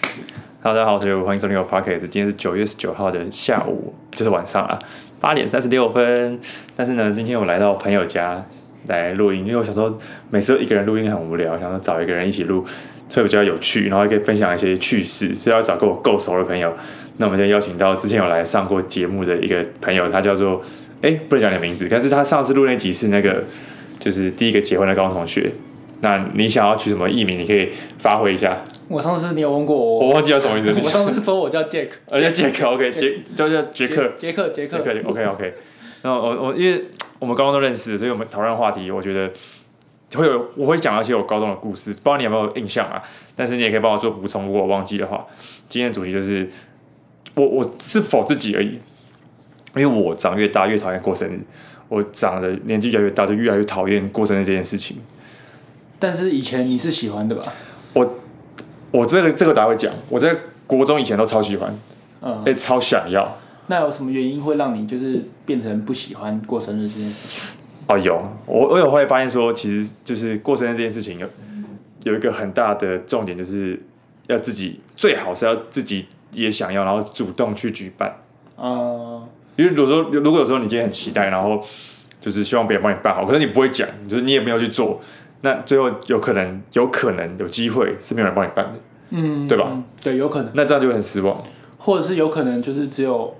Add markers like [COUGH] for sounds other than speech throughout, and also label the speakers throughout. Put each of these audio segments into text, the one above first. Speaker 1: Hello，大家好，我是刘，欢迎收听我 Pocket。今天是九月十九号的下午，就是晚上啊，八点三十六分。但是呢，今天我来到朋友家来录音，因为我想说每次都一个人录音很无聊，想说找一个人一起录，会比较有趣，然后也可以分享一些趣事，所以要找跟我够熟的朋友。那我们就邀请到之前有来上过节目的一个朋友，他叫做哎，不能讲你的名字，但是他上次录那集是那个就是第一个结婚的高中同学。那你想要取什么艺名？你可以发挥一下。
Speaker 2: 我上次你有问过我，
Speaker 1: 我忘记叫什么名字，
Speaker 2: 我上次说我叫
Speaker 1: [LAUGHS]
Speaker 2: Jack，
Speaker 1: 而且杰克 OK，杰就叫杰克，
Speaker 2: 杰克，杰
Speaker 1: 杰
Speaker 2: 克，
Speaker 1: 克 OK OK。然后我我因为我们高中都认识，所以我们讨论话题，我觉得会有我会讲一些我高中的故事，不知道你有没有印象啊？但是你也可以帮我做补充，如果我忘记的话。今天的主题就是我我是否自己而已，因为我长越大越讨厌过生日，我长得年纪越来越大就越来越讨厌过生日这件事情。
Speaker 2: 但是以前你是喜欢的吧？
Speaker 1: 我这个这个大家会讲，我在国中以前都超喜欢，
Speaker 2: 嗯，
Speaker 1: 也超想要。
Speaker 2: 那有什么原因会让你就是变成不喜欢过生日这件事情？
Speaker 1: 哦，有我我有会发现说，其实就是过生日这件事情有有一个很大的重点，就是要自己最好是要自己也想要，然后主动去举办。
Speaker 2: 呃，
Speaker 1: 因为有时候如果有时候你今天很期待，然后就是希望别人帮你办好，可是你不会讲，就是你也没有去做，那最后有可能有可能有机会是没有人帮你办的，
Speaker 2: 嗯，
Speaker 1: 对吧
Speaker 2: 嗯？对，有可能，
Speaker 1: 那这样就会很失望。
Speaker 2: 或者是有可能就是只有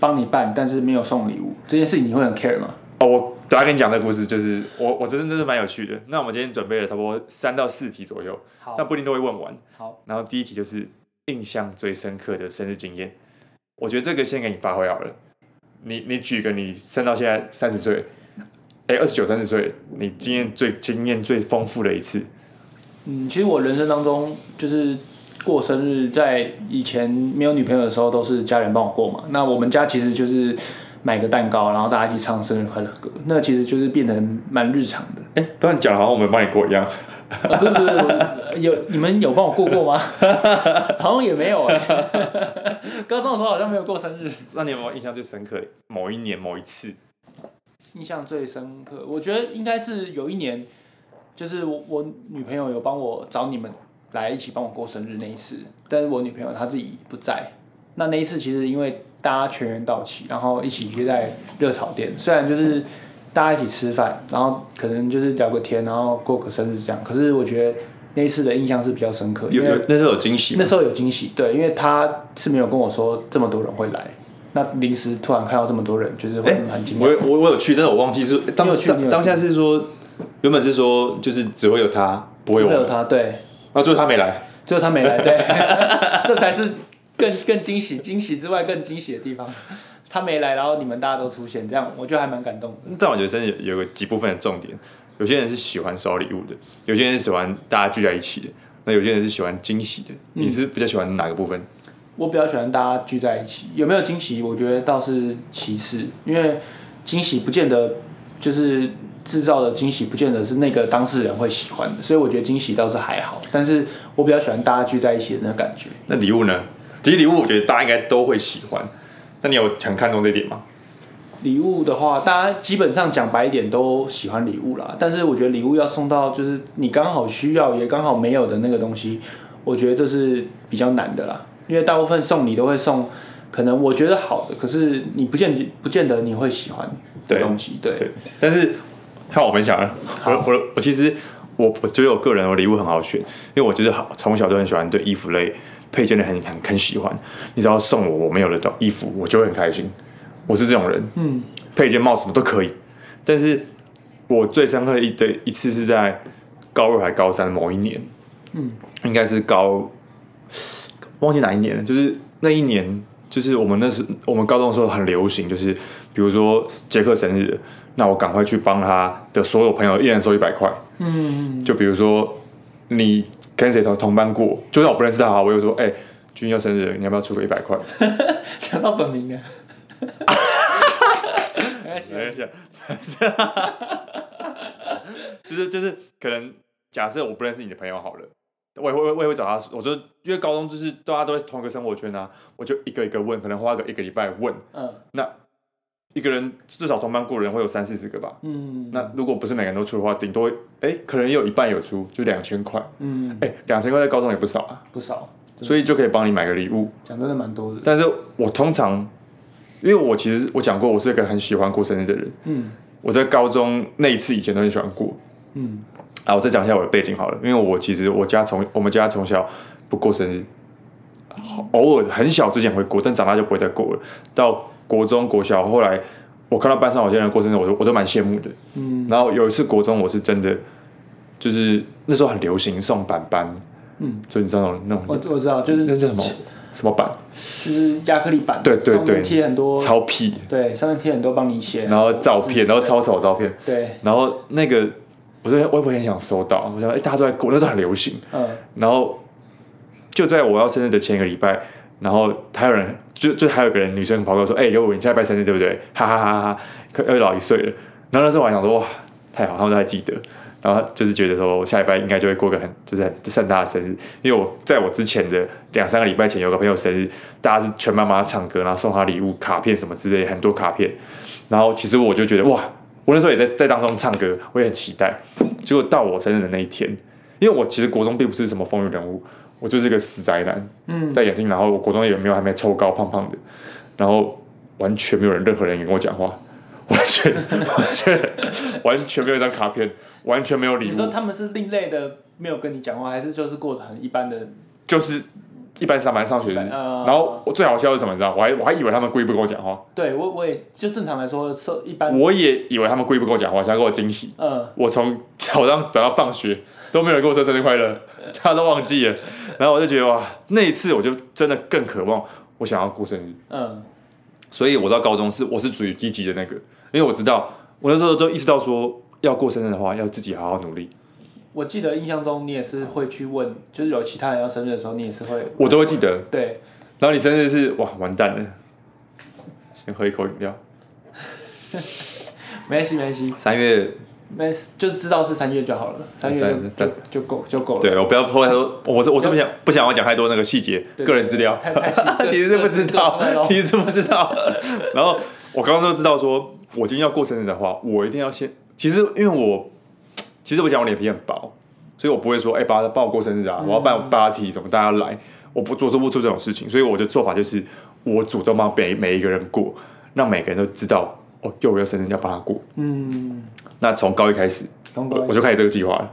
Speaker 2: 帮你办，但是没有送礼物这件事情，你会很 care 吗？
Speaker 1: 哦，我等下跟你讲这个故事，就是我我真的真的蛮有趣的。那我们今天准备了差不多三到四题左右，
Speaker 2: 好
Speaker 1: 但不一定都会问完。
Speaker 2: 好，
Speaker 1: 然后第一题就是印象最深刻的生日经验，我觉得这个先给你发挥好了。你你举个你生到现在三十岁，哎，二十九三十岁，你经验最经验最丰富的一次，
Speaker 2: 嗯，其实我人生当中就是过生日，在以前没有女朋友的时候，都是家人帮我过嘛。那我们家其实就是买个蛋糕，然后大家一起唱生日快乐歌，那其实就是变成蛮日常的。
Speaker 1: 哎，不然你讲好像我们帮你过一样。
Speaker 2: 呃不是不是，我有你们有帮我过过吗？ [LAUGHS] 好像也没有哎、 [LAUGHS] 高中的时候好像没有过生日。
Speaker 1: 那你有没有印象最深刻的某一年某一次？
Speaker 2: 印象最深刻，我觉得应该是有一年，就是我我女朋友有帮我找你们来一起帮我过生日那一次，但是我女朋友她自己不在。那那一次其实因为大家全员到齐，然后一起约在热炒店，虽然就是大家一起吃饭，然后可能就是聊个天，然后过个生日这样，可是我觉得那一次的印象是比较深刻，因
Speaker 3: 有
Speaker 2: 为
Speaker 3: 有那时候有惊喜吗
Speaker 2: 那？时候有惊喜，对，因为他是没有跟我说这么多人会来，那临时突然看到这么多人，就是会
Speaker 3: 哎
Speaker 2: 很惊讶。
Speaker 3: 我有我我有去，但是我忘记是当
Speaker 2: 你有去你有
Speaker 3: 当
Speaker 2: 去
Speaker 3: 当下是说，原本是说就是只会有他，不会有
Speaker 2: 只
Speaker 3: 我
Speaker 2: 有
Speaker 3: 们，
Speaker 2: 他，对，
Speaker 3: 然后最后他没来，
Speaker 2: 最后他没来，对，这才是更更惊喜，惊喜之外更惊喜的地方。他没来，然后你们大家都出现，这样我就还蛮感动的。
Speaker 3: 但我觉得真的有有个几部分的重点，有些人是喜欢收礼物的，有些人是喜欢大家聚在一起的，那有些人是喜欢惊喜的。你是比较喜欢哪个部分？
Speaker 2: 我比较喜欢大家聚在一起，有没有惊喜，我觉得倒是其次，因为惊喜不见得就是制造的惊喜，不见得是那个当事人会喜欢的，所以我觉得惊喜倒是还好，但是我比较喜欢大家聚在一起的那个感觉。
Speaker 3: 那礼物呢？其实礼物我觉得大家应该都会喜欢，那你有很看重这一点吗？
Speaker 2: 礼物的话，大家基本上讲白一点都喜欢礼物啦。但是我觉得礼物要送到就是你刚好需要也刚好没有的那个东西，我觉得这是比较难的啦。因为大部分送礼都会送，可能我觉得好的，可是你不见不见得你会喜欢的
Speaker 3: 对
Speaker 2: 东西。对，
Speaker 3: 对，但是看我分享啊，我我我其实我我觉得我个人我礼物很好选，因为我就是好从小都很喜欢对衣服类配件的很很很喜欢，你只要送我我没有的东衣服，我就会很开心，我是这种人，嗯，配件帽什么都可以，但是我最深刻的一的一次是在高二还高三的某一年，嗯，应该是高忘记哪一年了，就是那一年，就是我们那时我们高中的时候很流行，就是比如说杰克生日，那我赶快去帮他的所有朋友一人收一百块。嗯，就比如说你跟谁同同班过，就算我不认识他，我有说，哎、君要生日，你要不要出个一百块？
Speaker 2: 讲到本名了。没关系
Speaker 3: 没关系啊， [LAUGHS] 就是就是可能假设我不认识你的朋友好了，我也会我也会找他说，我说因为高中就是大家都是同一个生活圈啊，我就一个一个问，可能花个一个礼拜问，
Speaker 2: 嗯
Speaker 3: 一个人至少同班过的人会有三四十个吧。
Speaker 2: 嗯
Speaker 3: 那如果不是每个人都出的话，顶多哎、可能也有一半有出，就两千块。
Speaker 2: 嗯，
Speaker 3: 哎、两千块在高中也不少啊。
Speaker 2: 不少。
Speaker 3: 所以就可以帮你买个礼物。
Speaker 2: 讲真的蛮多的。
Speaker 3: 但是我通常，因为我其实我讲过，我是一个很喜欢过生日的人。
Speaker 2: 嗯
Speaker 3: 我在高中那一次以前都很喜欢过。
Speaker 2: 嗯，
Speaker 3: 啊，我再讲一下我的背景好了，因为我其实我家从我们家从小不过生日，好偶尔很小之前会过，但长大就不会再过了。到国中、国小，后来我看到班上有些人过生日，我都我都蛮羡慕的。
Speaker 2: 嗯，
Speaker 3: 然后有一次国中，我是真的就是那时候很流行送板板，
Speaker 2: 嗯，
Speaker 3: 就你知道那种那
Speaker 2: 我
Speaker 3: 种
Speaker 2: 我知道，就是
Speaker 3: 那是什么什么板，
Speaker 2: 就是亚克力板，
Speaker 3: 对对
Speaker 2: 上面
Speaker 3: 对
Speaker 2: 贴很多，
Speaker 3: 超屁，
Speaker 2: 对，上面贴很多帮你写，
Speaker 3: 然后照片，然后超丑的照片，
Speaker 2: 对，
Speaker 3: 然后那个我说我也不很想收到，我想哎、大家都在过，那时候很流行。
Speaker 2: 嗯
Speaker 3: 然后就在我要生日的前一个礼拜，然后还有人就就还有一个人女生跑过来说：“哎、刘伟，你下礼拜生日对不对？”哈哈哈哈，可又老一岁了。然后那时候我还想说：“哇，太好，他们都还记得。”然后就是觉得说，我下礼拜应该就会过个很就是很盛大的生日，因为我在我之前的两三个礼拜前有个朋友生日，大家是全班帮他唱歌，然后送他礼物、卡片什么之类，很多卡片。然后其实我就觉得哇，我那时候也在在当中唱歌，我也很期待。结果到我生日的那一天，因为我其实国中并不是什么风云人物，我就是个死宅男，
Speaker 2: 嗯，
Speaker 3: 戴眼镜，然后我国中也没有还没抽高胖胖的，然后完全没有人任何人跟我讲话，完全完全完全没有一张卡片，完全没有礼
Speaker 2: 你说
Speaker 3: 物，
Speaker 2: 他们是另类的，没有跟你讲话，还是就是过得很一般的？
Speaker 3: 就是一般上班上学日。
Speaker 2: 呃
Speaker 3: 然后我最好笑的是什么，你知道？我还我还以为他们故意不跟我讲话，
Speaker 2: 对我我也就正常来说，是一般，
Speaker 3: 我也以为他们故意不跟我讲话，想要给我惊喜。
Speaker 2: 嗯，
Speaker 3: 我从早上等到放学都没有人跟我说生日快乐，大家都忘记了。然后我就觉得哇，那一次我就真的更渴望我想要过生日。
Speaker 2: 嗯
Speaker 3: 所以我到高中是我是属于积极的那个，因为我知道我那时候就意识到说，要过生日的话，要自己好好努力。
Speaker 2: 我记得印象中你也是会去问，就是有其他人要生日的时候，你也是会，
Speaker 3: 我都会记得。
Speaker 2: 对，
Speaker 3: 然后你生日是哇，完蛋了，先喝一口饮料。
Speaker 2: 没关系没关系，
Speaker 3: 三月，
Speaker 2: 没事，就知道是三月就好了，三月就
Speaker 3: 三
Speaker 2: 就就够就够了。
Speaker 3: 对我不要后来说，我是我是不想不想要讲太多那个细节，
Speaker 2: 对
Speaker 3: 个人资料。
Speaker 2: 太太细
Speaker 3: [LAUGHS] 其实是不知道，其实是不知道。然后我刚刚就知道说，我今天要过生日的话，我一定要先。其实因为我，其实我讲我脸皮很薄，所以我不会说，哎、帮帮我过生日啊，我要办 party 什么，大家来。我不做做不出这种事情，所以我的做法就是，我主动帮每每一个人过，让每个人都知道，哦，又我要生日要帮他过。
Speaker 2: 嗯，
Speaker 3: 那从高一开始，
Speaker 2: 懂
Speaker 3: 我
Speaker 2: 懂
Speaker 3: 我。就开始这个计划了。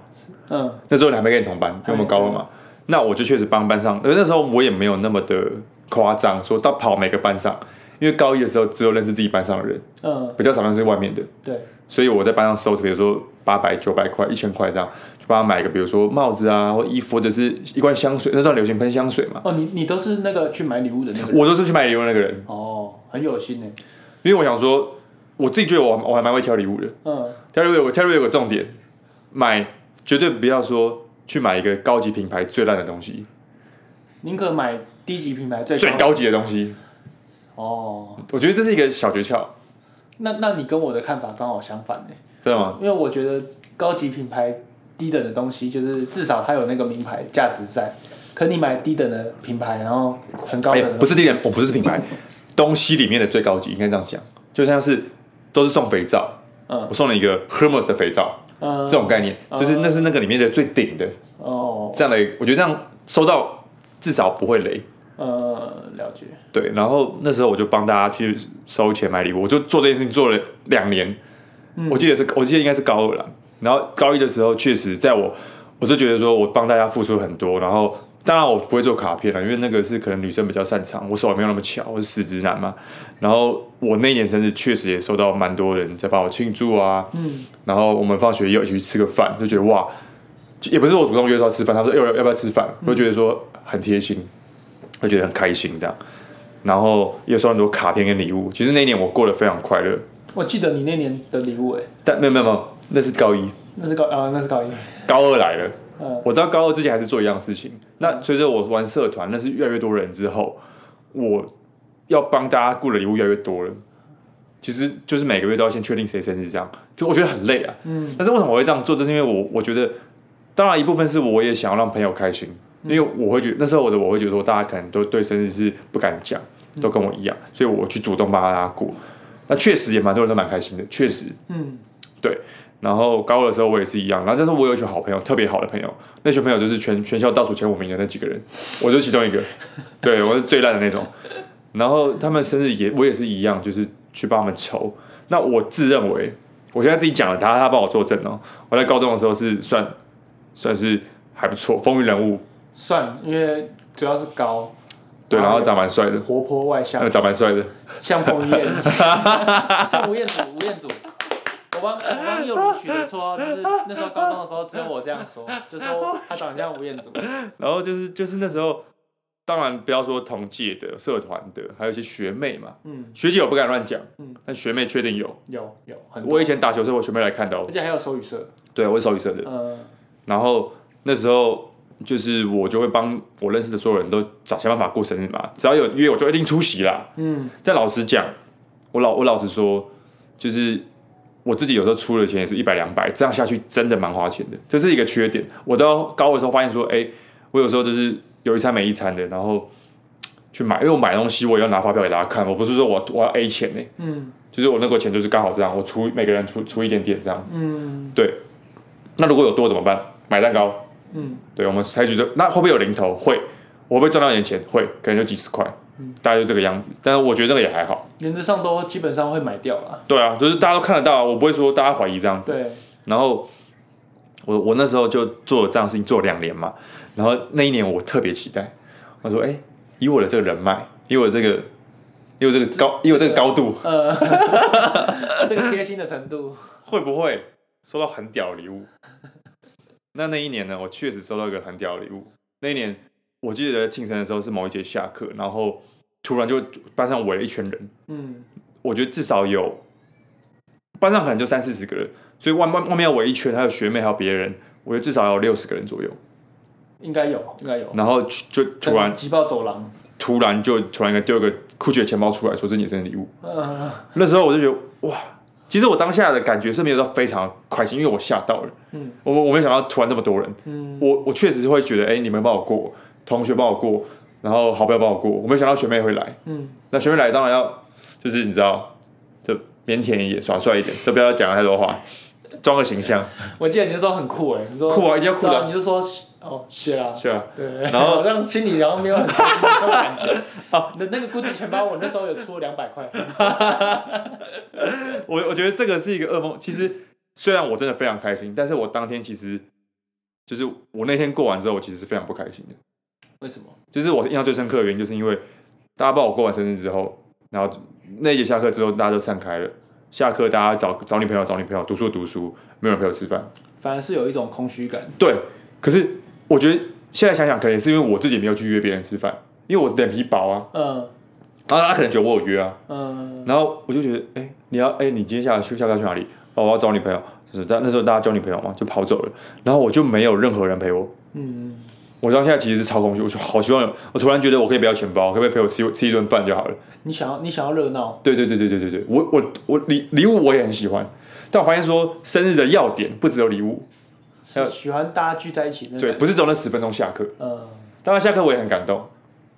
Speaker 2: 嗯
Speaker 3: 那时候你还没跟你同班，因为我们高二嘛。那我就确实帮班上，呃而那时候我也没有那么的夸张，说到跑每个班上，因为高一的时候只有认识自己班上的人，
Speaker 2: 嗯，
Speaker 3: 比较少认识外面的，
Speaker 2: 对，
Speaker 3: 所以我在班上收，比如说八百、九百块、一千块这样，就帮他买一个，比如说帽子啊，或衣服，或者是一罐香水。那时候流行喷香水嘛，
Speaker 2: 哦，你你都是那个去买礼物的那个人，
Speaker 3: 我都是去买礼物的那个人，
Speaker 2: 哦，很有心呢。
Speaker 3: 因为我想说，我自己觉得我我还蛮会挑礼物的。
Speaker 2: 嗯，
Speaker 3: 挑礼物有挑礼物有个重点，买绝对不要说去买一个高级品牌最烂的东西，
Speaker 2: 宁可买低级品牌最
Speaker 3: 最高级的东西。
Speaker 2: 哦。
Speaker 3: 我觉得这是一个小诀窍，
Speaker 2: 那那你跟我的看法刚好相反呢，
Speaker 3: 真的吗？
Speaker 2: 因为我觉得高级品牌低等的东西，就是至少它有那个名牌价值在。可你买低等的品牌，然后很高
Speaker 3: 哎、
Speaker 2: 等的，
Speaker 3: 不是地点，我不是品
Speaker 2: [LAUGHS]
Speaker 3: 牌，东西里面的最高级，应该这样讲，就像是都是送肥皂，
Speaker 2: 嗯
Speaker 3: 我送了一个 Hermes 的肥皂，
Speaker 2: 嗯
Speaker 3: 这种概念，
Speaker 2: 嗯
Speaker 3: 就是那是那个里面的最顶的，
Speaker 2: 哦
Speaker 3: 这样的，我觉得这样收到至少不会雷。
Speaker 2: 呃了解，
Speaker 3: 对，然后那时候我就帮大家去收钱买礼物，我就做这件事情做了两年，我记得是，我记得应该是高二了。然后高一的时候，确实在我，我就觉得说我帮大家付出很多。然后当然我不会做卡片了，因为那个是可能女生比较擅长，我手没有那么巧，我是死直男嘛。然后我那一年生日确实也收到蛮多人在帮我庆祝啊，
Speaker 2: 嗯
Speaker 3: 然后我们放学也有一起去吃个饭，就觉得哇，就也不是我主动约他吃饭，他说哎要要不要吃饭，我就觉得说很贴心，会觉得很开心这样。然后也收到很多卡片跟礼物，其实那一年我过得非常快乐，
Speaker 2: 我记得你那年的礼物哎，
Speaker 3: 但没有没有没有，那是高一，
Speaker 2: 那是高啊、那是高一，
Speaker 3: 高二来了，
Speaker 2: 嗯
Speaker 3: 我到高二之前还是做一样的事情。那随着我玩社团，那是越来越多人之后，我要帮大家雇的礼物越来越多了。其实就是每个月都要先确定谁生日，这样，这我觉得很累啊。
Speaker 2: 嗯
Speaker 3: 但是为什么我会这样做？就是因为我我觉得，当然一部分是我也想要让朋友开心，因为我会觉得那时候我的我会觉得说，大家可能都对生日是不敢讲，都跟我一
Speaker 2: 嗯
Speaker 3: 样，所以我去主动帮大家过。那确实也蛮多人都蛮开心的，确实。
Speaker 2: 嗯，
Speaker 3: 然后高二的时候我也是一样，然后但是我有一群好朋友，特别好的朋友，那群朋友就是全全校倒数前五名的那几个人，我就是其中一个，对我是最烂的那种。然后他们生日也我也是一样，就是去帮他们筹。那我自认为，我现在自己讲了，他他帮我作证哦。我在高中的时候是算算是还不错，风云人物，
Speaker 2: 算，因为主要是高，
Speaker 3: 对，
Speaker 2: 啊
Speaker 3: 然后长蛮帅的，
Speaker 2: 活泼外向
Speaker 3: 呃，，长蛮帅的，
Speaker 2: 像彭
Speaker 3: [LAUGHS]
Speaker 2: 于晏，像吴彦祖，吴彦祖。我帮我帮幼女取的绰号就是那时候高中的时候，只有我这样说，就说他长得像吴彦祖。
Speaker 3: 然后就是就是那时候，当然不要说同届的、社团的，还有一些学妹嘛，
Speaker 2: 嗯，
Speaker 3: 学姐我不敢乱讲，
Speaker 2: 嗯
Speaker 3: 但学妹确定有。
Speaker 2: 有有很多，
Speaker 3: 我以前打球的时候，我学妹来看的哦
Speaker 2: 而，且还有手语社，
Speaker 3: 对我是手语社的，
Speaker 2: 呃，
Speaker 3: 然后那时候就是我就会帮我认识的所有人都找想办法过生日嘛，只要有约我就一定出席啦。
Speaker 2: 嗯，
Speaker 3: 但老实讲，我老我老实说，就是我自己有时候出的钱也是一百两百，这样下去真的蛮花钱的，这是一个缺点。我到高的时候发现说，哎、我有时候就是有一餐没一餐的，然后去买，因为我买东西我也要拿发票给大家看，我不是说我我要 A 钱呢、
Speaker 2: 嗯
Speaker 3: 就是我那个钱就是刚好这样，我出每个人出出一点点这样子。
Speaker 2: 嗯
Speaker 3: 对，那如果有多怎么办？买蛋糕。
Speaker 2: 嗯，
Speaker 3: 对，我们采取这，那会不会有零头？会，我会不会赚到一点钱？会，可能就几十块，
Speaker 2: 嗯
Speaker 3: 大概就这个样子。但是我觉得这个也还好。
Speaker 2: 原则上都基本上会买掉啦。
Speaker 3: 对啊，就是大家都看得到啊，我不会说大家怀疑这样子。
Speaker 2: 对，
Speaker 3: 然后我我那时候就做了这样的事情，做了两年嘛。然后那一年我特别期待，我说，哎、以我的这个人脉，以我这个，以我这个高，以我这个高度，
Speaker 2: 呃，这个贴心的程度，
Speaker 3: 会不会收到很屌的礼物？那那一年呢，我确实收到一个很屌的礼物。那一年我记得庆生的时候是某一节下课，然后突然就班上围了一圈人，
Speaker 2: 嗯
Speaker 3: 我觉得至少有班上可能就三四十个人，所以外外外面要围一圈，还有学妹，还有别人，我觉得至少有六十个人左右。
Speaker 2: 应该有，应该有。
Speaker 3: 然后就就突然
Speaker 2: 击爆走廊，
Speaker 3: 突然就突然一个丢一个酷姐的钱包出来说这是你生日礼物，
Speaker 2: 呃，
Speaker 3: 那时候我就觉得哇，其实我当下的感觉是没有到非常开心，因为我吓到了，
Speaker 2: 嗯
Speaker 3: 我我没想到突然这么多人，
Speaker 2: 嗯
Speaker 3: 我我确实会觉得，哎、你们帮我过，同学帮我过，然后好朋友帮我过，我没想到学妹会来。
Speaker 2: 嗯，
Speaker 3: 那学妹来当然要，就是你知道，就腼腆一点，耍帅一点，都不要讲太多话，装个形象，
Speaker 2: 我记得你那时候很酷哎，你说
Speaker 3: 酷啊，一定要酷
Speaker 2: 对啊
Speaker 3: 的，
Speaker 2: 你就说哦是啊，
Speaker 3: 是啊。
Speaker 2: 对，
Speaker 3: 然后哦
Speaker 2: [LAUGHS] 好像心里然后没有很开心那种
Speaker 3: [LAUGHS]
Speaker 2: 感觉。那那个估计钱包，我那时候有出两百块，
Speaker 3: 我我觉得这个是一个噩梦。其实虽然我真的非常开心，但是我当天其实就是我那天过完之后，我其实是非常不开心的。
Speaker 2: 为什么？
Speaker 3: 就是我印象最深刻的原因，就是因为大家帮我过完生日之后，然后那一节下课之后，大家都散开了。下课大家找找女朋友，找女朋友，读书读书，没有人陪我吃饭。
Speaker 2: 反而是有一种空虚感。
Speaker 3: 对，可是我觉得现在想想，可能也是因为我自己没有去约别人吃饭，因为我脸皮薄啊，
Speaker 2: 嗯
Speaker 3: 然后他可能觉得我有约啊，
Speaker 2: 嗯
Speaker 3: 然后我就觉得，哎、你要，哎、你今天下去下课要去哪里？哦，我要找女朋友。就是但那时候大家交女朋友嘛，就跑走了，然后我就没有任何人陪我。
Speaker 2: 嗯，
Speaker 3: 我到现在其实是超空虚，我就好希望有，我突然觉得我可以不要钱包，可不可以陪我吃吃一顿饭就好了？
Speaker 2: 你想要你想要热闹，
Speaker 3: 对对对对对对对，我我我礼礼物我也很喜欢，但我发现说生日的要点不只有礼物，
Speaker 2: 是喜欢大家聚在一起那种
Speaker 3: 对，
Speaker 2: 感觉。
Speaker 3: 不是只有那十分钟下课，
Speaker 2: 嗯，
Speaker 3: 当然下课我也很感动，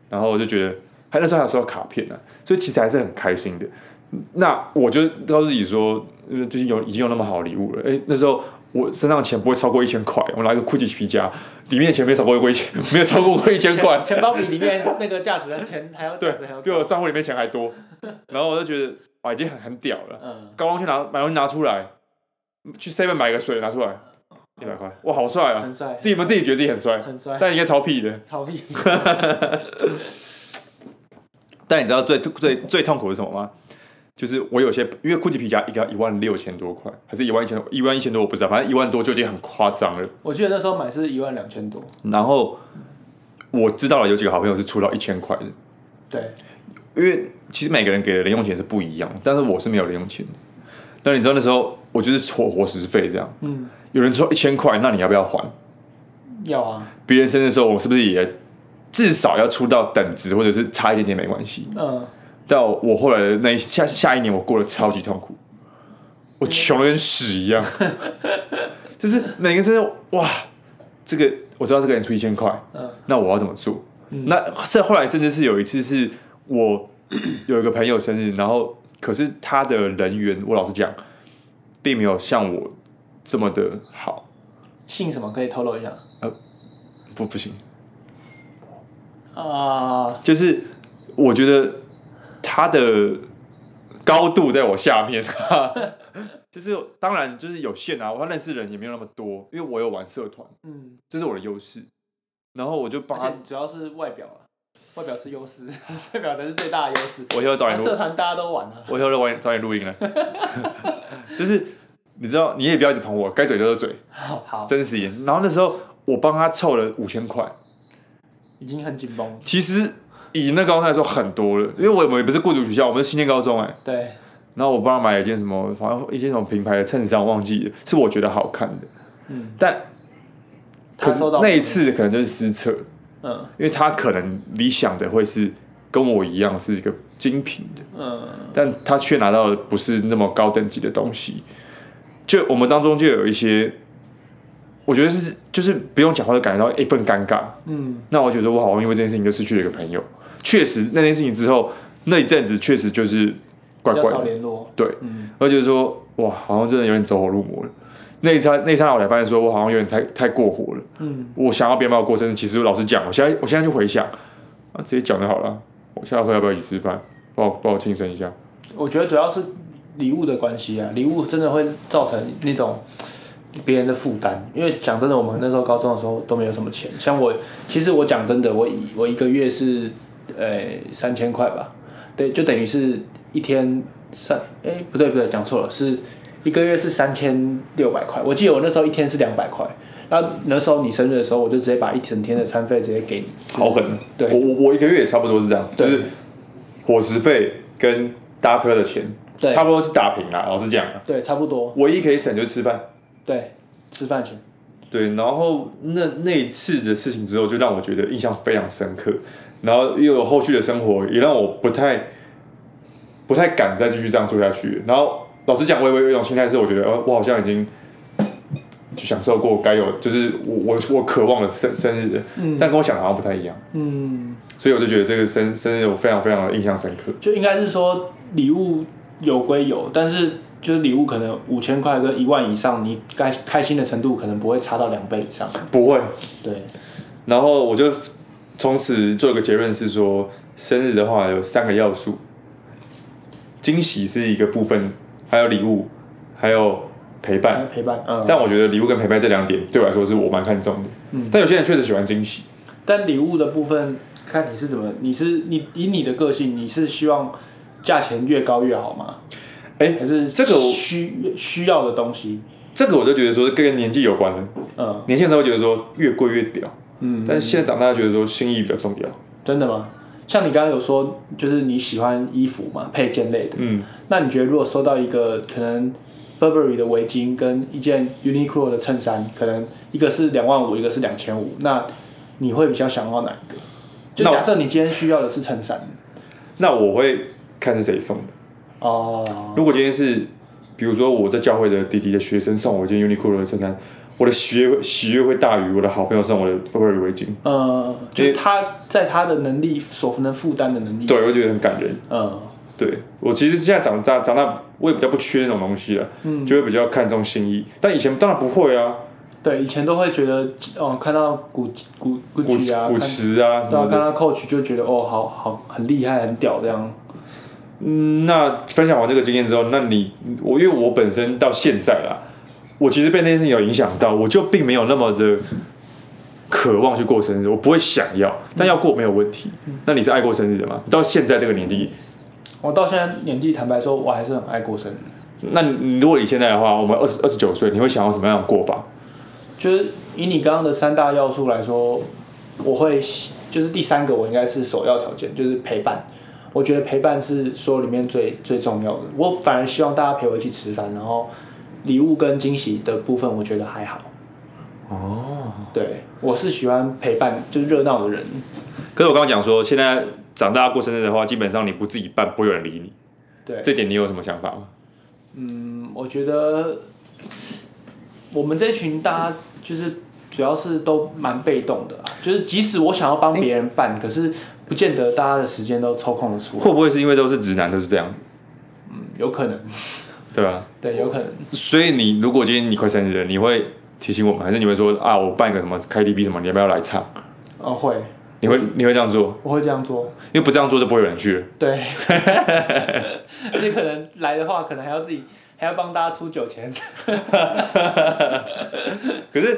Speaker 3: 然后我就觉得，还那时候还有收到卡片呢、所以其实还是很开心的。那我就告诉自己说，呃就是有已经有那么好的礼物了。哎，那时候我身上的钱不会超过一千块，我拿一个 GUCCI 皮夹，里面的钱没有超过过一千，没有超过过一千
Speaker 2: [LAUGHS]
Speaker 3: 块
Speaker 2: 钱，钱包比里面那个价值钱还要价
Speaker 3: 对
Speaker 2: 值还要，
Speaker 3: 比
Speaker 2: 高。
Speaker 3: 我账户里面钱还多。然后我就觉得，哇，已经很很屌了。
Speaker 2: 嗯，
Speaker 3: 高中去拿买东西拿出来，去 seven 买个水拿出来，一百块，哇，好帅啊！
Speaker 2: 很帅
Speaker 3: 自，己们自己觉得自己很帅，
Speaker 2: 很帅，
Speaker 3: 但应该超屁的。
Speaker 2: 草屁。
Speaker 3: 但你知道最最最痛苦的是什么吗？就是我有些因为 GUCCI 皮夹一个一万六千多块，还是一万一千多，一万一千多我不知道，反正一万多就已经很夸张了。
Speaker 2: [LAUGHS] 我记得那时候买是一万两千多，
Speaker 3: 然后我知道了有几个好朋友是出到一千块的，
Speaker 2: 对，
Speaker 3: 因为其实每个人给的零用钱是不一样，但是我是没有零用钱的。那你知道那时候我就是伙伙食费这样，
Speaker 2: 嗯，
Speaker 3: 有人说一千块，那你要不要还？
Speaker 2: 要啊，
Speaker 3: 别人生日的时候，我是不是也至少要出到等值，或者是差一点点没关系？
Speaker 2: 嗯，
Speaker 3: 到我后来的那一下下一年，我过得超级痛苦，我穷的跟屎一样，就是每个生日哇，这个我知道这个人出一千块，
Speaker 2: 嗯
Speaker 3: 那我要怎么做？那是后来甚至是有一次是我有一个朋友生日，然后可是他的人员，我老实讲，并没有像我这么的好，
Speaker 2: 姓什么可以透露一下？
Speaker 3: 不不行，
Speaker 2: 啊、
Speaker 3: 就是我觉得他的高度在我下面， [LAUGHS] 就是当然就是有限啊，我认识人也没有那么多，因为我有玩社团，
Speaker 2: 嗯，
Speaker 3: 这是我的优势，然后我就帮他
Speaker 2: 而且，主要是外表了，外表是优势， [LAUGHS] 外表才是最大的优势。
Speaker 3: 哎我以后找你录
Speaker 2: 社团大家都玩啊，
Speaker 3: 我以后晚早点录音了。 [LAUGHS] 就是你知道，你也不要一直捧我，该嘴就是嘴，
Speaker 2: 好好，
Speaker 3: 真实一点。然后那时候我帮他凑了五千块，
Speaker 2: 已经很紧绷。
Speaker 3: 其实以那高中来说很多了，因为我们也不是贵族学校，我们是新店高中哎、
Speaker 2: 对，
Speaker 3: 然后我帮他买了一件什么，反正一件什么品牌的衬衫，我忘记了，是我觉得好看的，
Speaker 2: 嗯，
Speaker 3: 但
Speaker 2: 他
Speaker 3: 可是
Speaker 2: 收到
Speaker 3: 那一，次可能就是失策，
Speaker 2: 嗯
Speaker 3: 因为他可能理想的会是跟我一样是一个精品的。
Speaker 2: 嗯，
Speaker 3: 但他却拿到的不是那么高等级的东西。就我们当中就有一些，我觉得是就是不用讲话就感觉到一份尴尬。
Speaker 2: 嗯，
Speaker 3: 那我觉得我好像因为这件事情就失去了一个朋友。确实，那件事情之后那一阵子确实就是怪
Speaker 2: 比较
Speaker 3: 怪
Speaker 2: 少
Speaker 3: 的，
Speaker 2: 联络。
Speaker 3: 对
Speaker 2: 嗯，
Speaker 3: 而且说哇，好像真的有点走火入魔了。那一刹那一刹那，我才发现说我好像有点太太过火了。
Speaker 2: 嗯
Speaker 3: 我想要别人帮我过生日，其实老实讲，我现在我现在就回想，啊，直接讲就好了。我下回要不要一起吃饭？帮我帮我庆生一下。
Speaker 2: 嗯，我觉得主要是礼物的关系啊，礼物真的会造成那种别人的负担。因为讲真的，我们那时候高中的时候都没有什么钱，像我，其实我讲真的，我一我一个月是呃三千块吧，对，就等于是一天三，哎、不对不对，讲错了，是一个月是三千六百块。我记得我那时候一天是两百块，然后那时候你生日的时候，我就直接把一整天的餐费直接给你。
Speaker 3: 好狠！
Speaker 2: 对
Speaker 3: 我我我一个月也差不多是这样，就
Speaker 2: 对
Speaker 3: 是伙食费跟搭车的钱，
Speaker 2: 对
Speaker 3: 差不多是打平啦。老实讲，
Speaker 2: 对，差不多，
Speaker 3: 唯一可以省就是吃饭。
Speaker 2: 对，吃饭钱。
Speaker 3: 对，然后那那一次的事情之后，就让我觉得印象非常深刻。然后又有后续的生活，也让我不太不太敢再继续这样做下去。然后老实讲，我也有一种心态是，我觉得呃，我好像已经就享受过该有，就是我我我渴望的生生日了，但跟我想的好像不太一样。
Speaker 2: 嗯。
Speaker 3: 所以我就觉得这个生生日我非常非常的印象深刻。
Speaker 2: 就应该是说礼物有归有，但是就是礼物可能五千块跟一万以上，你该开心的程度可能不会差到两倍以上。
Speaker 3: 不会，
Speaker 2: 对，
Speaker 3: 然后我就从此做一个结论是说，生日的话有三个要素，惊喜是一个部分，还有礼物，还有陪伴。
Speaker 2: 陪伴，嗯，
Speaker 3: 但我觉得礼物跟陪伴这两点对我来说是我蛮看重的。但有些人确实喜欢惊喜，
Speaker 2: 但礼物的部分，看你是怎么，你是你以你的个性，你是希望价钱越高越好吗？
Speaker 3: 哎
Speaker 2: 还是
Speaker 3: 这个我
Speaker 2: 需需要的东西，
Speaker 3: 这个我就觉得说跟年纪有关了。
Speaker 2: 嗯
Speaker 3: 年轻的时候觉得说越贵越屌，
Speaker 2: 嗯，
Speaker 3: 但是现在长大觉得说心意比较重要。
Speaker 2: 真的吗？像你刚刚有说，就是你喜欢衣服嘛，配件类的，
Speaker 3: 嗯，
Speaker 2: 那你觉得如果收到一个可能 Burberry 的围巾跟一件 Uniqlo 的衬衫，可能一个是两万五，一个是两千五，那你会比较想要哪一个？就
Speaker 3: 那我
Speaker 2: 假设你今天需要的是衬衫，
Speaker 3: 那我会看是谁送的。
Speaker 2: 哦，
Speaker 3: 如果今天是，比如说我在教会的弟弟的学生送我一件 Uniqlo 的衬衫，我的喜悦喜悦会大于我的好朋友送我的 Burberry 围巾。
Speaker 2: 呃，就是他在他的能力所能负担的能力，，
Speaker 3: 对，我觉得很感人。
Speaker 2: 嗯
Speaker 3: 对我其实现在长大长大，我也比较不缺那种东西了，
Speaker 2: 嗯，
Speaker 3: 就会比较看重心意。但以前当然不会啊，
Speaker 2: 对，以前都会觉得，哦，看到古古古
Speaker 3: 古
Speaker 2: 奇啊，
Speaker 3: 古
Speaker 2: 看
Speaker 3: 驰啊什
Speaker 2: 对啊，
Speaker 3: 么
Speaker 2: 看
Speaker 3: 的。
Speaker 2: 到 Coach 就觉得，哦，好好很厉害，很屌这样，
Speaker 3: 嗯，那分享完这个经验之后，那你我因为我本身到现在啦，我其实被那件事情有影响到，我就并没有那么的渴望去过生日，我不会想要，但要过没有问题。那你是爱过生日的吗？你到现在这个年纪，
Speaker 2: 我到现在年纪，坦白说，我还是很爱过生日。
Speaker 3: 那你如果你现在的话，我们二十二十九岁，你会想要什么样的过法？
Speaker 2: 就是以你刚刚的三大要素来说，我会就是第三个，我应该是首要条件，就是陪伴。我觉得陪伴是所有里面最最重要的。我反而希望大家陪我一起吃饭，然后礼物跟惊喜的部分，我觉得还好。哦，对，我是喜欢陪伴，就是热闹的人。
Speaker 3: 可是我刚刚讲说，现在长大过生日的话，基本上你不自己办，不会有人理你。
Speaker 2: 对，
Speaker 3: 这点你有什么想法吗？
Speaker 2: 嗯，我觉得我们这群大家就是主要是都蛮被动的啦，就是即使我想要帮别人办，可是不见得大家的时间都抽空的出来，
Speaker 3: 会不会是因为都是直男都是这样子？
Speaker 2: 嗯有可能。
Speaker 3: 对啊。
Speaker 2: 对，有可能。
Speaker 3: 所以你如果今天你快生日了，你会提醒我们，还是你会说啊，我办个什么 KTV 什么，你要不要来唱？
Speaker 2: 嗯，会，
Speaker 3: 你会你会这样做？
Speaker 2: 我会这样做。
Speaker 3: 因为不这样做就不会有人去了。
Speaker 2: 对， [LAUGHS] 而且可能来的话，可能还要自己还要帮大家出酒钱。
Speaker 3: 可是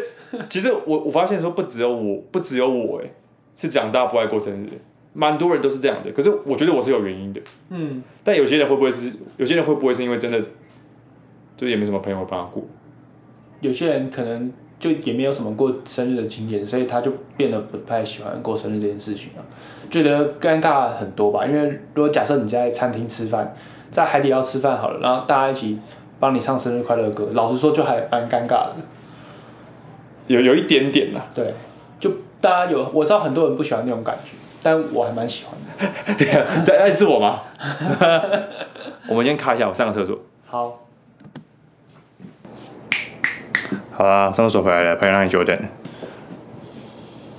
Speaker 3: 其实我我发现说不只有我，不只有我哎、是长大不爱过生日，蛮多人都是这样的。可是我觉得我是有原因的，
Speaker 2: 嗯，
Speaker 3: 但有些人会不会是有些人会不会是因为真的，就也没什么朋友帮他过，
Speaker 2: 有些人可能就也没有什么过生日的经验，所以他就变得不太喜欢过生日这件事情了，觉得尴尬很多吧。因为如果假设你在餐厅吃饭，在海底捞吃饭好了，然后大家一起帮你唱生日快乐歌，老实说就还蛮尴尬的。
Speaker 3: 有有一点点啦。 [LAUGHS]
Speaker 2: 对，就大家有我知道很多人不喜欢那种感觉，但我还蛮喜欢的。
Speaker 3: 在在是我吗？ [LAUGHS] 我们先卡一下，我上个厕所。
Speaker 2: 好，
Speaker 3: 好啦，上厕所回来了，朋友让你久等了，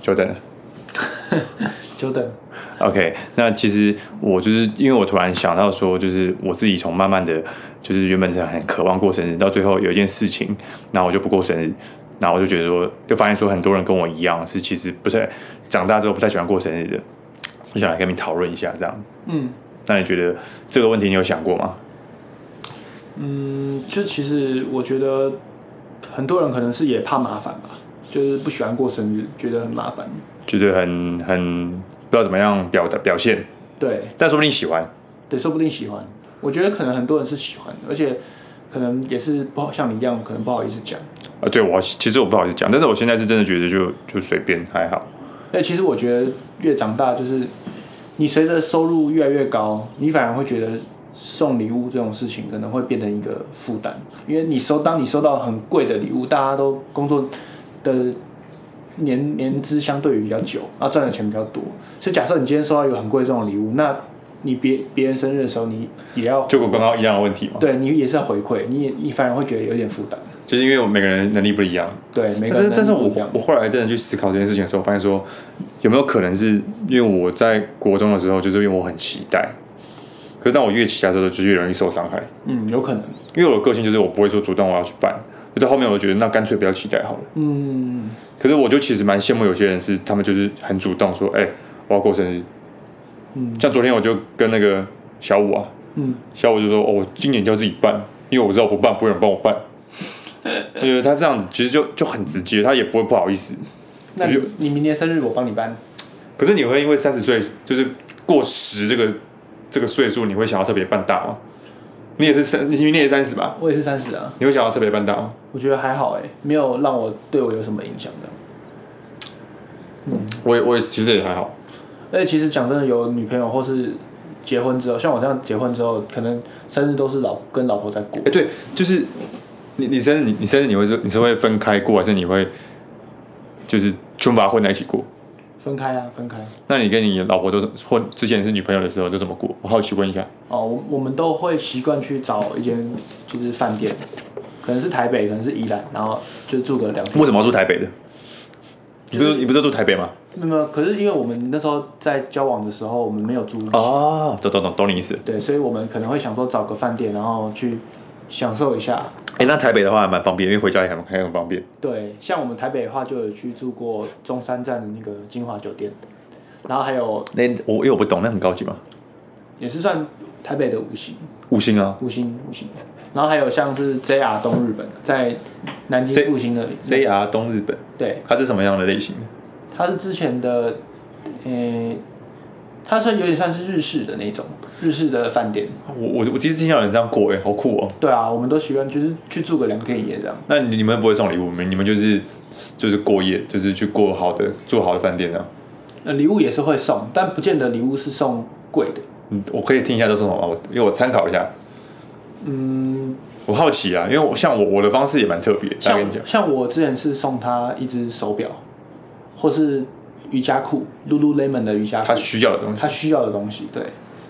Speaker 3: 久等了。
Speaker 2: 久等。
Speaker 3: OK，那其实我就是因为我突然想到说，就是我自己从慢慢的就是原本是很渴望过生日，到最后有一件事情，那我就不过生日，然后我就觉得说，就发现说很多人跟我一样，是其实不太长大之后不太喜欢过生日的，就想来跟你讨论一下这样。
Speaker 2: 嗯
Speaker 3: 那你觉得这个问题你有想过吗？
Speaker 2: 嗯，就其实我觉得很多人可能是也怕麻烦吧，就是不喜欢过生日，觉得很麻烦。
Speaker 3: 觉得很很不知道怎么样表达表现，
Speaker 2: 对，
Speaker 3: 但说不定喜欢。
Speaker 2: 对，说不定喜欢。我觉得可能很多人是喜欢的，而且可能也是不好像你一样，可能不好意思讲。
Speaker 3: 啊，对我其实我不好意思讲，但是我现在是真的觉得就就随便还好。
Speaker 2: 哎，其实我觉得越长大，就是你随着收入越来越高，你反而会觉得送礼物这种事情可能会变成一个负担，因为你收当你收到很贵的礼物，大家都工作的年年资相对于比较久，啊赚的钱比较多，所以假设你今天收到一个很贵重的礼物，那你别别人生日的时候，你也要
Speaker 3: 就跟刚刚一样的问题嘛，
Speaker 2: 对你也是要回馈，你也你反而会觉得有点负担。
Speaker 3: 就是因为我每个人能力不一样，
Speaker 2: 对，每个
Speaker 3: 但
Speaker 2: 人
Speaker 3: 是，但是
Speaker 2: 能力
Speaker 3: 我
Speaker 2: 不一样
Speaker 3: 我后来真的去思考这件事情的时候，发现说，有没有可能是因为我在国中的时候，就是因为我很期待，可是当我越期待的时候，就是越容易受伤害。
Speaker 2: 嗯，有可能，
Speaker 3: 因为我的个性就是我不会说主动我要去办，就到后面我就觉得那干脆不要期待好了。
Speaker 2: 嗯，
Speaker 3: 可是我就其实蛮羡慕有些人是他们就是很主动说，哎、我要过生日。
Speaker 2: 嗯，
Speaker 3: 像昨天我就跟那个小五啊，
Speaker 2: 嗯，
Speaker 3: 小五就说，哦，我今年就要自己办，因为我知道不办不会有人帮我办。我觉得他这样子其实就就很直接，他也不会不好意思。
Speaker 2: 那
Speaker 3: 我
Speaker 2: 你
Speaker 3: 就
Speaker 2: 你明年生日我帮你办，
Speaker 3: 可是你会因为三十岁就是过十这个这个岁数，你会想要特别办大吗？你也是三，你你也三十吧？
Speaker 2: 我也是三十啊，
Speaker 3: 你会想要特别办大吗？
Speaker 2: 我觉得还好哎、没有让我对我有什么影响的。
Speaker 3: 我也我也其实也还好，
Speaker 2: 而且其实讲真的，有女朋友或是结婚之后，像我这样结婚之后，可能生日都是老跟老婆在过
Speaker 3: 哎、。对，就是你你生日你你生日你会说你是会分开过，还是你会就是全部把它混在一起过？
Speaker 2: 分开啊，分开。
Speaker 3: 那你跟你老婆都是混之前是女朋友的时候都怎么过？我好奇问一下。
Speaker 2: 哦，我我们都会习惯去找一间就是饭店，可能是台北，可能是宜兰，然后就住个两天。
Speaker 3: 为什么要住台北的？你不是你不是住台北吗？
Speaker 2: 那么，可是因为我们那时候在交往的时候，我们没有住一起。
Speaker 3: 哦，懂懂懂懂你意思。
Speaker 2: 对，所以我们可能会想说找个饭店，然后去享受一下。
Speaker 3: 哎、那台北的话还蛮方便，因为回家也很还很方便。
Speaker 2: 对，像我们台北的话，就有去住过中山站的那个金华酒店，然后还有
Speaker 3: 那我因为我不懂，那很高级吗？
Speaker 2: 也是算台北的五星，
Speaker 3: 五星啊
Speaker 2: 五星五星，然后还有像是 JR 东日本的，在南京
Speaker 3: J-
Speaker 2: 复兴那里，
Speaker 3: ，JR 东日本，
Speaker 2: 对，
Speaker 3: 它是什么样的类型？
Speaker 2: 它是之前的，呃，它算有点算是日式的那种日式的饭店。
Speaker 3: 我我我第一次听到有人这样过、哎，好酷哦、
Speaker 2: 对啊，我们都习惯就是去住个两天一夜这样。
Speaker 3: 那你你们不会送礼物，你们你们就是就是过夜，就是去过好的住好的饭店啊。
Speaker 2: 呃，礼物也是会送，但不见得礼物是送贵的。
Speaker 3: 嗯，我可以听一下都是什么吗？我因为我参考一下，
Speaker 2: 嗯，
Speaker 3: 我好奇啊，因为我像我我的方式也蛮特别，来跟你讲
Speaker 2: 像。像我之前是送他一只手表，或是瑜伽裤，Lululemon 的瑜伽裤
Speaker 3: 他，需要的东西。
Speaker 2: 他需要的东西，对，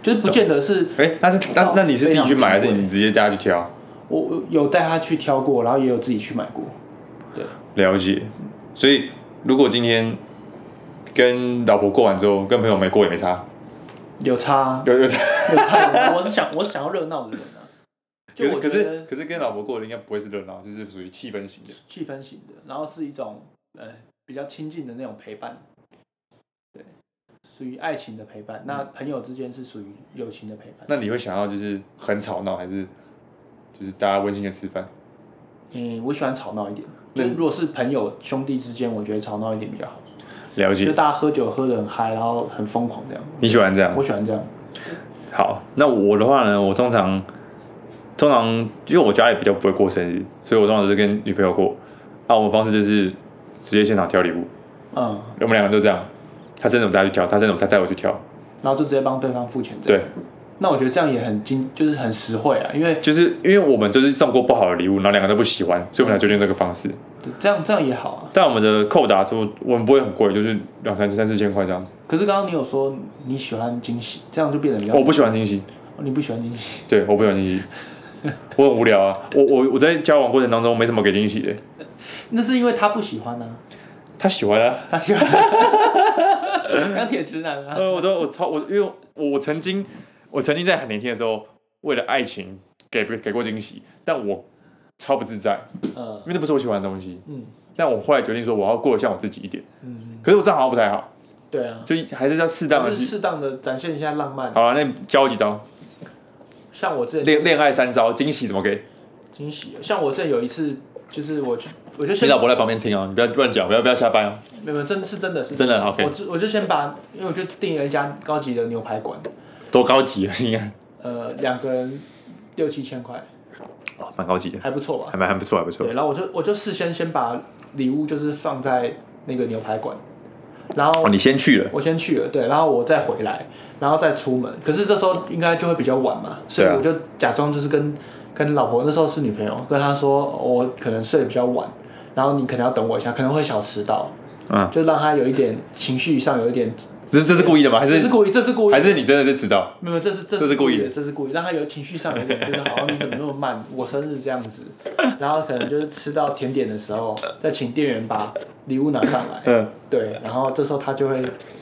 Speaker 2: 就是不见得是
Speaker 3: 哎、那是那那你是自己去买，还
Speaker 2: 非常
Speaker 3: 是
Speaker 2: 贵
Speaker 3: 你直接带他去挑？
Speaker 2: 我我有带他去挑过，然后也有自己去买过，
Speaker 3: 了解。所以如果今天跟老婆过完之后，跟朋友没过也没差，
Speaker 2: 有差啊，
Speaker 3: 有有差。
Speaker 2: [LAUGHS] 有差有差，我是想我是想要热闹的人啊，就我
Speaker 3: 可
Speaker 2: 觉
Speaker 3: 是
Speaker 2: 得
Speaker 3: 可是跟老婆过的应该不会是热闹，就是属于气氛型的。
Speaker 2: 气氛型的，然后是一种呃比较亲近的那种陪伴，对，属于爱情的陪伴。那朋友之间是属于友情的陪伴。
Speaker 3: 那你会想要就是很吵闹，还是就是大家温馨的吃饭？
Speaker 2: 嗯，我喜欢吵闹一点，
Speaker 3: 那
Speaker 2: 就如果是朋友兄弟之间，我觉得吵闹一点比较好，
Speaker 3: 了
Speaker 2: 就
Speaker 3: 解，
Speaker 2: 大家喝酒喝得很嗨，然后很疯狂这样。
Speaker 3: 你喜欢这样
Speaker 2: 我？喜欢这样，
Speaker 3: 好，那我的话呢，我通常通常因为我家里比较不会过生日，所以我通常都是跟女朋友过。那、我们方式就是直接现场挑礼物，
Speaker 2: 嗯，
Speaker 3: 我们两个都这样。他生日我带他去挑，他生日我他带我去挑，
Speaker 2: 然后就直接帮对方付钱这样。
Speaker 3: 对，
Speaker 2: 那我觉得这样也很经，就是很实惠啊，因为
Speaker 3: 就是因为我们就是送过不好的礼物，然后两个都不喜欢，所以我们才决定这个方式。
Speaker 2: 这样这样也好啊。
Speaker 3: 但我们的扣打出我们不会很贵，就是两三三四千块这样子。
Speaker 2: 可是刚刚你有说你喜欢惊喜，这样就变得比较
Speaker 3: 我不喜欢惊喜，
Speaker 2: 你不喜欢惊喜，
Speaker 3: 对，我不喜欢惊 [LAUGHS] 喜，我很无聊啊。我我我在交往过程当中没什么给惊喜的，
Speaker 2: 那是因为他不喜欢啊，
Speaker 3: 他喜欢啊。
Speaker 2: 他喜欢
Speaker 3: [LAUGHS]
Speaker 2: 钢铁直男啊。
Speaker 3: 呃，我都我超我，因为我我曾经我曾经在很年轻的时候，为了爱情给别给过惊喜，但我超不自在，
Speaker 2: 嗯
Speaker 3: 因为那不是我喜欢的东西。
Speaker 2: 嗯
Speaker 3: 但我后来决定说，我要过得像我自己一点。
Speaker 2: 嗯，
Speaker 3: 可是我这样好像不太好，
Speaker 2: 对啊，
Speaker 3: 就还是要适当
Speaker 2: 就
Speaker 3: 的
Speaker 2: 是。适当的展现一下浪漫。
Speaker 3: 好了，那你教几招
Speaker 2: 像我之前
Speaker 3: 恋恋爱三招，惊喜怎么给？
Speaker 2: 惊喜，像我之前有一次，就是我去，我就
Speaker 3: 你
Speaker 2: 先
Speaker 3: 老婆在旁边听哦，你不要乱讲，不要不要瞎掰哦。
Speaker 2: 没有，真的是真的是
Speaker 3: 真的 OK
Speaker 2: 我就我就先把，因为我就订了一家高级的牛排馆，
Speaker 3: 多高级啊，应该
Speaker 2: 呃，两个人六七千块，
Speaker 3: 哦，蛮高级的，
Speaker 2: 还不错吧？
Speaker 3: 还蛮还不错，还不错
Speaker 2: 对，。然后我就我就事先先把礼物就是放在那个牛排馆，然后
Speaker 3: 哦，你先去了，
Speaker 2: 我先去了，对，然后我再回来，然后再出门。可是这时候应该就会比较晚嘛，所以
Speaker 3: 对啊
Speaker 2: 我就假装就是跟跟老婆那时候是女朋友，跟她说哦我可能睡得比较晚，然后你可能要等我一下，可能会小迟到，
Speaker 3: 嗯，
Speaker 2: 就让她有一点情绪上有一点，
Speaker 3: 这这是故意的吗？还
Speaker 2: 这是
Speaker 3: 是
Speaker 2: 故意，这是故意
Speaker 3: 还，是你真的是知道？
Speaker 2: 没有，这是这
Speaker 3: 这是故意的
Speaker 2: 的，这是故意，让她有情绪上有一点就是好像你怎么那
Speaker 3: [LAUGHS]
Speaker 2: 么慢，我生日这样子，然后可能就是吃到甜点的时候，再请店员把礼物拿上来，
Speaker 3: 嗯，
Speaker 2: 对，然后这时候他就会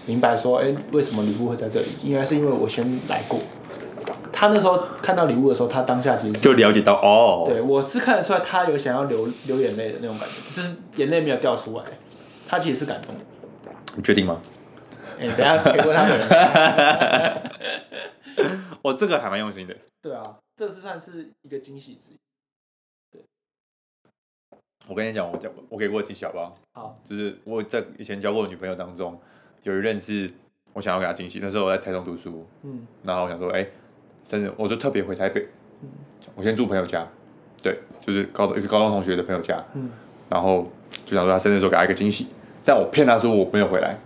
Speaker 2: 明白说，哎，为什么礼物会在这里？应该是因为我先来过。他那时候看到礼物的时候，他当下其实是
Speaker 3: 就了解到哦，
Speaker 2: 对我是看得出来，他有想要流流眼泪的那种感觉，只是眼泪没有掉出来。他其实是感动的。
Speaker 3: 你确定吗？
Speaker 2: 哎，等一下可以问他本人。
Speaker 3: [LAUGHS] 我这个还蛮用心的，
Speaker 2: 对啊，这是算是一个惊喜之一。
Speaker 3: 我跟你讲，我讲我给过惊喜好不好？
Speaker 2: 好，
Speaker 3: 就是我在以前交过的女朋友当中，有一任是我想要给她惊喜，那时候我在台中读书，
Speaker 2: 嗯
Speaker 3: 然后我想说，哎、真的，我就特别回台北
Speaker 2: 嗯，
Speaker 3: 我先住朋友家，对，就是高中也是高中同学的朋友家，
Speaker 2: 嗯，
Speaker 3: 然后就想说她生日的时候给她一个惊喜，但我骗她说我没有回来，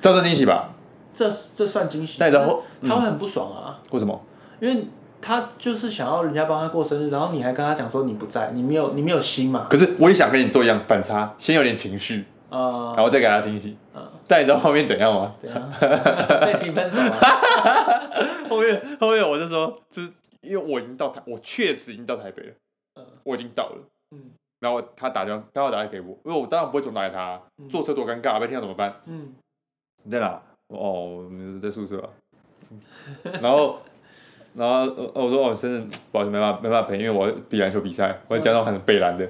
Speaker 3: 这样算惊喜吧？
Speaker 2: 这这算惊喜。
Speaker 3: 那然后嗯
Speaker 2: 但是他会很不爽啊，
Speaker 3: 为什么？
Speaker 2: 因为他就是想要人家帮他过生日，然后你还跟他讲说你不在，你没有你没有心嘛。
Speaker 3: 可是我也想跟你做一样反差，先有点情绪，
Speaker 2: 啊、
Speaker 3: 然后再给她惊喜，
Speaker 2: 嗯
Speaker 3: 但你知道后面怎样吗？
Speaker 2: 怎样？啊被提分手啊？
Speaker 3: [LAUGHS] 后面后面我就说，就是因为我已经到台，我确实已经到台北了，
Speaker 2: 嗯
Speaker 3: 我已经到了。
Speaker 2: 嗯
Speaker 3: 然后他打电话，他要打电话给我，因为我当然不会主动打给他，
Speaker 2: 嗯
Speaker 3: 啊坐车多尴尬，被听到怎么办？
Speaker 2: 嗯
Speaker 3: 你在哪？哦，我们在宿舍、啊。然后，然后呃我说哦，真的不好意思，没办法没办法陪，因为我要比篮球比赛，我要假装很北篮的。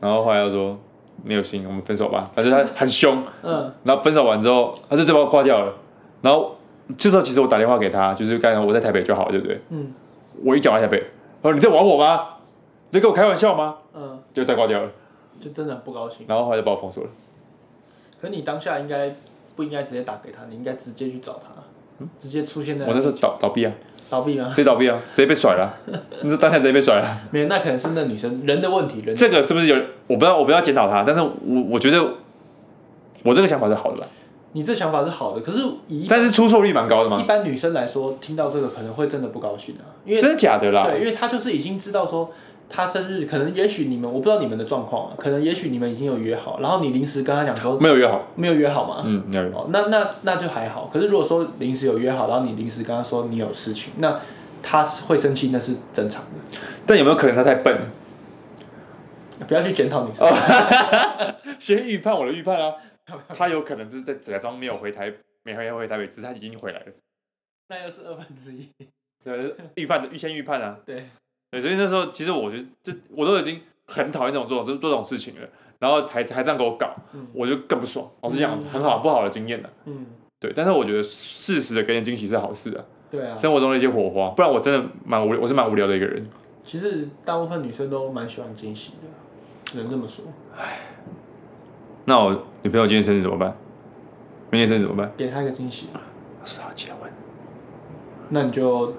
Speaker 3: 然后后来他说没有心，我们分手吧。反正他很凶，
Speaker 2: 嗯
Speaker 3: 然后分手完之后，他就这把我挂掉了。然后这时候其实我打电话给他，就是刚才我在台北就好，对不对？
Speaker 2: 嗯
Speaker 3: 我一讲完台北，他说你在玩我吗？你在跟我开玩笑吗？
Speaker 2: 嗯，
Speaker 3: 就再挂掉了，
Speaker 2: 就真的很不高兴。
Speaker 3: 然后后来就把我封锁了。
Speaker 2: 可你当下应该不应该直接打给他，你应该直接去找他，直接出现在
Speaker 3: 嗯我那时候倒倒闭啊，
Speaker 2: 倒闭
Speaker 3: [LAUGHS]
Speaker 2: 吗
Speaker 3: 直？接倒闭啊，直接被甩了啊，那时候当下直接被甩了。啊
Speaker 2: 没有，那可能是那女生人的问题，人的
Speaker 3: 这个是不是有？我不知道，我不要检讨他，但是我我觉得我这个想法是好的吧，
Speaker 2: 你这想法是好的，可是以一
Speaker 3: 但是出错率蛮高的嘛
Speaker 2: 一，般女生来说，听到这个可能会真的不高兴啊，因为
Speaker 3: 真的假的啦？
Speaker 2: 对，因为她就是已经知道说。她生日可能，也许你们我不知道你们的状况啊，可能也许你们已经有约好，然后你临时跟她讲说
Speaker 3: 没有约好，
Speaker 2: 没有约好嘛，
Speaker 3: 嗯，没有约好，
Speaker 2: 哦，那那那就还好。可是如果说临时有约好，然后你临时跟他说你有事情，那他是会生气，那是正常的。
Speaker 3: 但有没有可能他太笨了？
Speaker 2: 不要去检讨女 [LAUGHS] 生，
Speaker 3: 先预判我的预判啊， [LAUGHS] 他有可能就是在假装没有回台，没回回台北，只是他已经回来了。
Speaker 2: 那又是二分之一。
Speaker 3: 对，就是预判的预先预判啊。
Speaker 2: 对
Speaker 3: 对，所以那时候其实我觉得这我都已经很讨厌这种做这做这种事情了，然后还还这样给我搞，
Speaker 2: 嗯
Speaker 3: 我就更不爽。老实讲，
Speaker 2: 嗯
Speaker 3: 很好不好的经验的、啊
Speaker 2: 嗯，
Speaker 3: 对，但是我觉得适时的给点惊喜是好事啊，
Speaker 2: 对啊。
Speaker 3: 生活中的一些火花，不然我真的蛮无，我是蛮无聊的一个人。
Speaker 2: 其实大部分女生都蛮喜欢惊喜的，只能这么说。
Speaker 3: 那我女朋友今天生日怎么办？明天生日怎么办？
Speaker 2: 给她一个惊喜，
Speaker 3: 她说要结婚，
Speaker 2: 那你就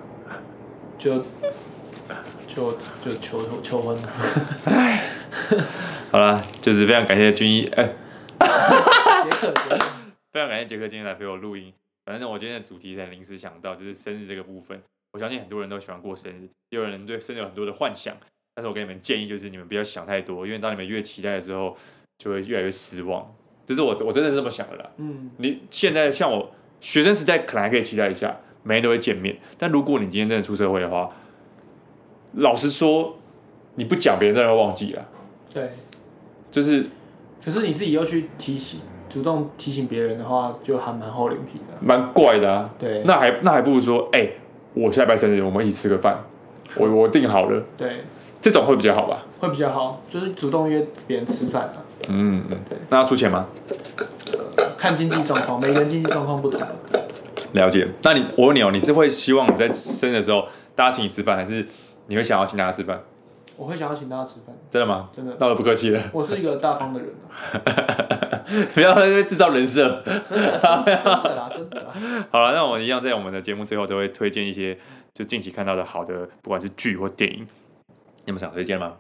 Speaker 2: 就就就求求婚了。
Speaker 3: 好啦，就是非常感谢军医，哎、
Speaker 2: 杰克杰克，
Speaker 3: 非常感谢杰克今天来陪我录音。反正我今天的主题很临时想到，就是生日这个部分。我相信很多人都喜欢过生日，也有人对生日有很多的幻想。但是我给你们建议，就是你们不要想太多，因为当你们越期待的时候，就会越来越失望。这是我我真的是这么想的 [LAUGHS] 啦。
Speaker 2: 嗯，
Speaker 3: 你现在像我学生时代可能还可以期待一下，每天都会见面。但如果你今天真的出社会的话，老实说，你不讲，别人当然会忘记了。
Speaker 2: 对。
Speaker 3: 就是
Speaker 2: 可是你自己又去提醒，主动提醒别人的话，就还蛮厚脸皮的。
Speaker 3: 蛮怪的啊。
Speaker 2: 对，
Speaker 3: 那还那还不如说，哎、我下礼拜生日，我们一起吃个饭，我我定好了，
Speaker 2: 对，
Speaker 3: 这种会比较好吧？
Speaker 2: 会比较好，就是主动约别人吃饭啊。
Speaker 3: 嗯，
Speaker 2: 对，
Speaker 3: 那要出钱吗？
Speaker 2: 看经济状况，每个人经济状况不同。
Speaker 3: 了解。那你我问你哦，你是会希望你在生日的时候大家请你吃饭，还是你会想要请大家吃饭？
Speaker 2: 我会想要请大家吃饭，
Speaker 3: 真的吗？
Speaker 2: 真的，
Speaker 3: 那我不客气了， [LAUGHS]
Speaker 2: 我是一个大方的人啊，
Speaker 3: 不要在那边制造人设。
Speaker 2: 真的，真的真的啦，真的啦。
Speaker 3: 好了，那我们一样在我们的节目最后都会推荐一些就近期看到的好的，不管是剧或电影，你们想推荐吗？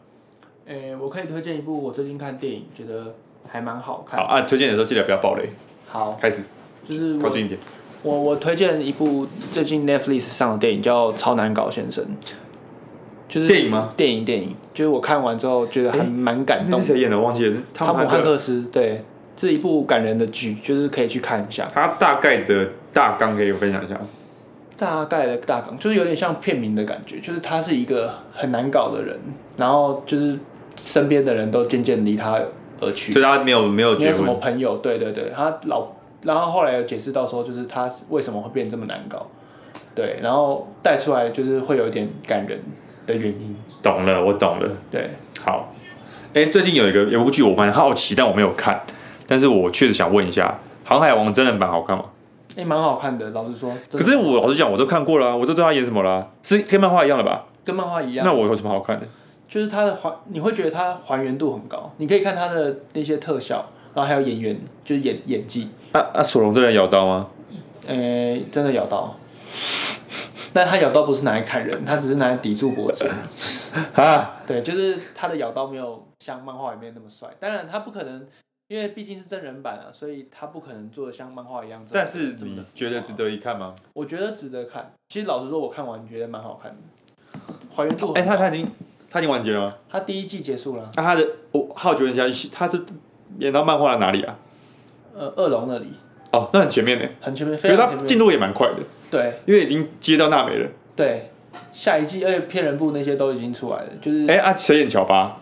Speaker 2: 诶、我可以推荐一部我最近看电影，觉得还蛮好看
Speaker 3: 好。啊，推荐的时候记得不要暴雷。
Speaker 2: 好，
Speaker 3: 开始，
Speaker 2: 就是
Speaker 3: 靠
Speaker 2: 我
Speaker 3: 近一点。
Speaker 2: 我我推荐一部最近 Netflix 上的电影叫《超难搞先生》，就是
Speaker 3: 电影吗？
Speaker 2: 电影电影，就是我看完之后觉得还蛮感
Speaker 3: 那
Speaker 2: 动
Speaker 3: 是。谁演的？我忘记了。汤
Speaker 2: 汤
Speaker 3: 姆
Speaker 2: 姆汉
Speaker 3: 汉克
Speaker 2: 克斯，对，是一部感人的剧，就是可以去看一下。
Speaker 3: 它大概的大纲可以分享一下吗。
Speaker 2: 大概的大纲就是有点像片名的感觉，就是他是一个很难搞的人，然后就是身边的人都渐渐离他而去
Speaker 3: 所，以他没有没有
Speaker 2: 没
Speaker 3: 结
Speaker 2: 有什么
Speaker 3: 婚，
Speaker 2: 朋友。对对对，他老，然后后来有解释到说，就是他为什么会变这么难搞，对，然后带出来就是会有一点感人的原因，
Speaker 3: 懂了，我懂了。
Speaker 2: 对，
Speaker 3: 好，哎、最近有一个有一部剧，我蛮好奇，但我没有看，但是我确实想问一下，《航海王》真人版好看吗？
Speaker 2: 也蛮好看的。老实说，真
Speaker 3: 可
Speaker 2: 的
Speaker 3: 是我老实讲，我都看过了啊、我都知道他演什么了啊、是跟漫画一样的吧？
Speaker 2: 跟漫画一样
Speaker 3: 那，我有什么好看的？
Speaker 2: 就是它的还，你会觉得它还原度很高。你可以看它的那些特效，然后还有演员，就是演演技，
Speaker 3: 啊啊，索隆真人咬刀吗？
Speaker 2: 诶、真的咬到。 [LAUGHS] 但他咬刀不是拿来砍人，他只是拿来抵住脖子。
Speaker 3: 啊，
Speaker 2: 对，就是他的咬刀没有像漫画里面那么帅。当然，他不可能，因为毕竟是真人版啊，所以他不可能做的像漫画一样这么。
Speaker 3: 但是
Speaker 2: 这么
Speaker 3: 你
Speaker 2: 的
Speaker 3: 觉得值得一看吗？
Speaker 2: 我觉得值得看。其实老实说，我看完觉得蛮好看的，还原度
Speaker 3: 哎、
Speaker 2: 很高。
Speaker 3: 他他已经他已经完结了吗？
Speaker 2: 他第一季结束了，
Speaker 3: 那、啊他的我好奇问一下，他是演到漫画的哪里啊？
Speaker 2: 呃，恶龙那里
Speaker 3: 哦，那很前面呢，
Speaker 2: 很前面，
Speaker 3: 可
Speaker 2: 非
Speaker 3: 是
Speaker 2: 常
Speaker 3: 他
Speaker 2: 啊前面。
Speaker 3: 进度也蛮快的，
Speaker 2: 对，
Speaker 3: 因为已经接到娜美了。
Speaker 2: 对，下一季，而且骗人部那些都已经出来了，就是
Speaker 3: 哎、啊，谁演乔巴？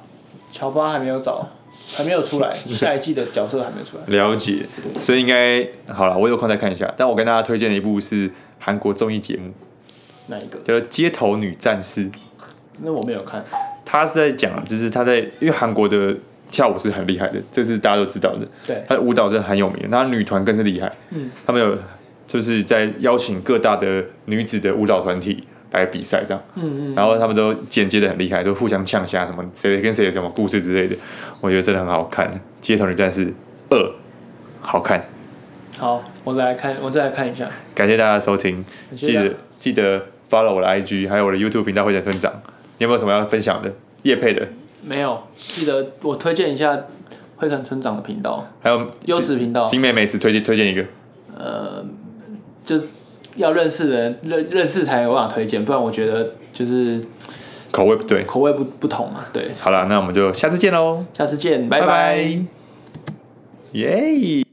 Speaker 2: 乔巴还没有找，还没有出
Speaker 3: [LAUGHS]
Speaker 2: 来，下一季的角色还没有出来。
Speaker 3: 了解，所以应该好了，我有空再看一下。但我跟大家推荐的一部是韩国综艺节目，
Speaker 2: 哪一个？
Speaker 3: 叫做《街头女战士》。
Speaker 2: 那我没有看。
Speaker 3: 她是在讲，就是她在因为韩国的跳舞是很厉害的，这是大家都知道的。
Speaker 2: 对，
Speaker 3: 她的舞蹈真的很有名，那女团更是厉害。
Speaker 2: 嗯，
Speaker 3: 他们有就是在邀请各大的女子的舞蹈团体来比赛，这样。
Speaker 2: 嗯嗯，
Speaker 3: 然后他们都剪接的很厉害，都互相呛虾，什么谁跟谁有什么故事之类的，我觉得真的很好看，《街头女战士二》好看。
Speaker 2: 好，我来看，我再来看一下。
Speaker 3: 感谢大家的收听，
Speaker 2: 感谢
Speaker 3: 记
Speaker 2: 大家
Speaker 3: 得记得 follow 我的 IG，还有我的 YouTube 频道会长村长。你有没有什么要分享的？叶配的，
Speaker 2: 没有，记得我推荐一下惠城村长的频道，
Speaker 3: 还有
Speaker 2: 优质频道，
Speaker 3: 金妹美食推荐推荐一个。
Speaker 2: 呃，就要认识的人认认识才有办法推荐，不然我觉得就是
Speaker 3: 口味不对。
Speaker 2: 口味不不同啊。对，
Speaker 3: 好了，那我们就下次见喽，
Speaker 2: 下次见，
Speaker 3: 拜
Speaker 2: 拜拜
Speaker 3: 拜，耶。